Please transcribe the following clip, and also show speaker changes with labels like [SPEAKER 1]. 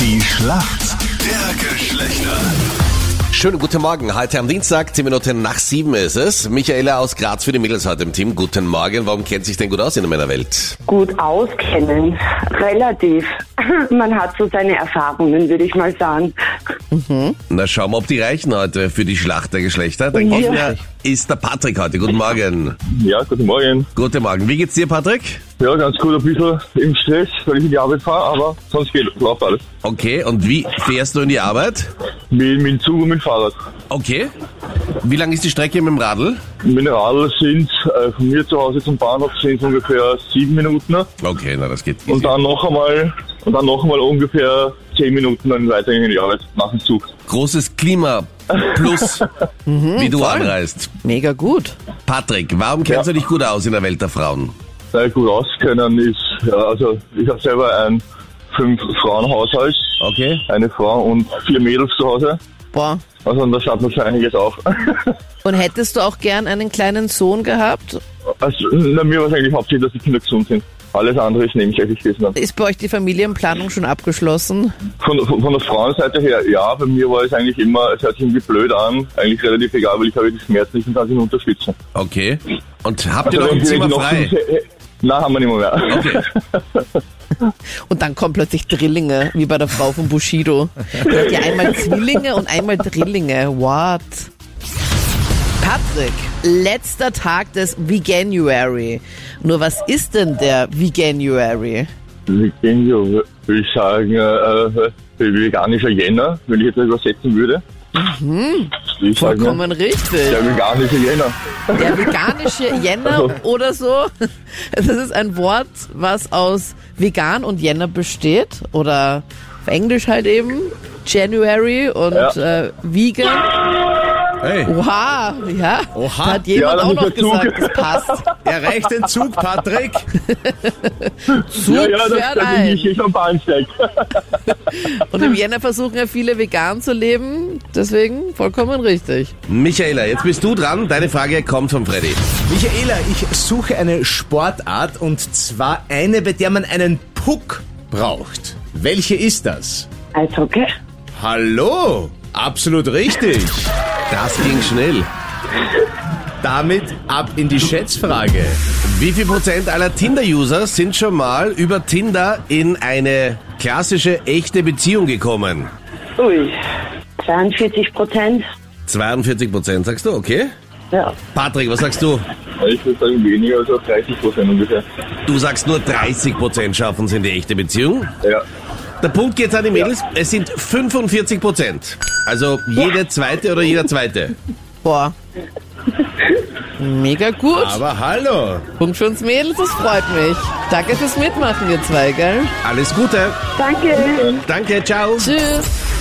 [SPEAKER 1] Die Schlacht der Geschlechter.
[SPEAKER 2] Schönen guten Morgen. Heute am Dienstag, 10 Minuten nach 7 ist es. Michaela aus Graz für die Mädels heute im Team. Guten Morgen. Warum kennt sich denn gut aus in meiner Welt?
[SPEAKER 3] gut auskennen. Relativ. Man hat so seine Erfahrungen, würde ich mal sagen.
[SPEAKER 2] Na, schauen wir, ob die reichen heute für die Schlacht der Geschlechter. Dann kommt ja. ist der Patrick heute. Guten Morgen.
[SPEAKER 4] Ja, guten Morgen.
[SPEAKER 2] Guten Morgen. Wie geht's dir, Patrick?
[SPEAKER 4] Ja, ganz gut, ein bisschen im Stress, weil ich in die Arbeit fahre, aber sonst geht, läuft alles.
[SPEAKER 2] Okay, und wie fährst du in die Arbeit?
[SPEAKER 4] Mit, mit dem Zug und mit dem Fahrrad.
[SPEAKER 2] Okay. Wie lang ist die Strecke mit dem Radl?
[SPEAKER 4] Mineral sind äh, von mir zu Hause zum Bahnhof sind es ungefähr sieben Minuten
[SPEAKER 2] Okay, na, das geht.
[SPEAKER 4] und
[SPEAKER 2] Easy.
[SPEAKER 4] dann noch einmal und dann noch einmal ungefähr zehn Minuten dann weiter in die Arbeit nach dem Zug.
[SPEAKER 2] Großes Klima. Plus, wie du anreist.
[SPEAKER 5] Mega gut.
[SPEAKER 2] Patrick, warum kennst
[SPEAKER 4] Ja.
[SPEAKER 2] du dich gut aus in der Welt der Frauen?
[SPEAKER 4] Da ich gut auskennen ist, ja, also ich habe selber ein fünf Frauenhaushalt,
[SPEAKER 2] Okay.
[SPEAKER 4] eine Frau und vier Mädels zu Hause.
[SPEAKER 5] Boah.
[SPEAKER 4] Also da schaut man schon einiges auf.
[SPEAKER 5] Und hättest du auch gern einen kleinen Sohn gehabt?
[SPEAKER 4] Also, na, mir war es eigentlich hauptsächlich, dass die Kinder gesund sind. Alles andere ist nebensächlich gewesen. Dann.
[SPEAKER 5] Ist bei euch die Familienplanung schon abgeschlossen?
[SPEAKER 4] Von, von, von der Frauenseite her, ja, bei mir war es eigentlich immer, es hört sich irgendwie blöd an, eigentlich relativ egal, weil ich habe die Schmerzen, ich kann sie nur unterstützen.
[SPEAKER 2] Okay. Und habt ihr noch ein
[SPEAKER 4] wenn
[SPEAKER 2] Zimmer
[SPEAKER 4] Also die noch
[SPEAKER 2] frei?
[SPEAKER 4] fünf- Nein, haben wir nicht mehr.
[SPEAKER 2] Okay.
[SPEAKER 5] Und dann kommen plötzlich Drillinge, wie bei der Frau von Bushido. Die hat ja einmal Zwillinge und einmal Drillinge. What? Patrick, letzter Tag des Veganuary. Nur was ist denn der Veganuary?
[SPEAKER 4] Wir gehen ja, würde ich sagen, äh, äh, veganischer Jänner, wenn ich jetzt das übersetzen würde. Mhm. Ich sage,
[SPEAKER 5] Vollkommen richtig.
[SPEAKER 4] der veganische Jänner.
[SPEAKER 5] Der veganische Jänner oder so. Das ist ein Wort, was aus vegan und Jänner besteht. Oder auf Englisch halt eben. January und
[SPEAKER 4] Ja.
[SPEAKER 5] äh, vegan.
[SPEAKER 2] Hey.
[SPEAKER 5] Oha, ja.
[SPEAKER 2] Oha.
[SPEAKER 5] Da hat jemand
[SPEAKER 4] Ja, dann
[SPEAKER 5] auch
[SPEAKER 4] ist
[SPEAKER 5] noch
[SPEAKER 4] der Zug.
[SPEAKER 5] gesagt, es passt.
[SPEAKER 2] Er reicht den Zug, Patrick.
[SPEAKER 5] Zug
[SPEAKER 4] ja, ja, das,
[SPEAKER 5] fährt
[SPEAKER 4] das bin ich eh
[SPEAKER 5] ein.
[SPEAKER 4] ich am Bahnsteig.
[SPEAKER 5] Und im Jänner versuchen ja viele vegan zu leben. Deswegen vollkommen richtig.
[SPEAKER 2] Michaela, jetzt bist du dran. Deine Frage kommt von Freddy.
[SPEAKER 6] Michaela, ich suche eine Sportart und zwar eine, bei der man einen Puck braucht. Welche ist das?
[SPEAKER 3] Eishockey?
[SPEAKER 6] Hallo? Absolut richtig.
[SPEAKER 2] Das ging schnell.
[SPEAKER 6] Damit ab in die Schätzfrage.
[SPEAKER 2] Wie viel Prozent aller Tinder-User sind schon mal über Tinder in eine klassische, echte Beziehung gekommen?
[SPEAKER 3] Ui. 42 Prozent?
[SPEAKER 2] 42 Prozent, sagst du, okay?
[SPEAKER 3] Ja.
[SPEAKER 2] Patrick, was sagst du?
[SPEAKER 4] Ich würde sagen, weniger als 30 Prozent ungefähr.
[SPEAKER 2] Du sagst nur 30 Prozent schaffen es in die echte Beziehung.
[SPEAKER 4] Ja.
[SPEAKER 2] Der Punkt geht an die Mädels. Es sind 45 Prozent. Also jede zweite oder jeder zweite.
[SPEAKER 5] Boah. Mega gut.
[SPEAKER 6] Aber hallo.
[SPEAKER 5] Punkt für uns Mädels, das freut mich. Danke fürs Mitmachen, ihr zwei, gell?
[SPEAKER 2] Alles Gute.
[SPEAKER 3] Danke.
[SPEAKER 2] Danke, ciao.
[SPEAKER 5] Tschüss.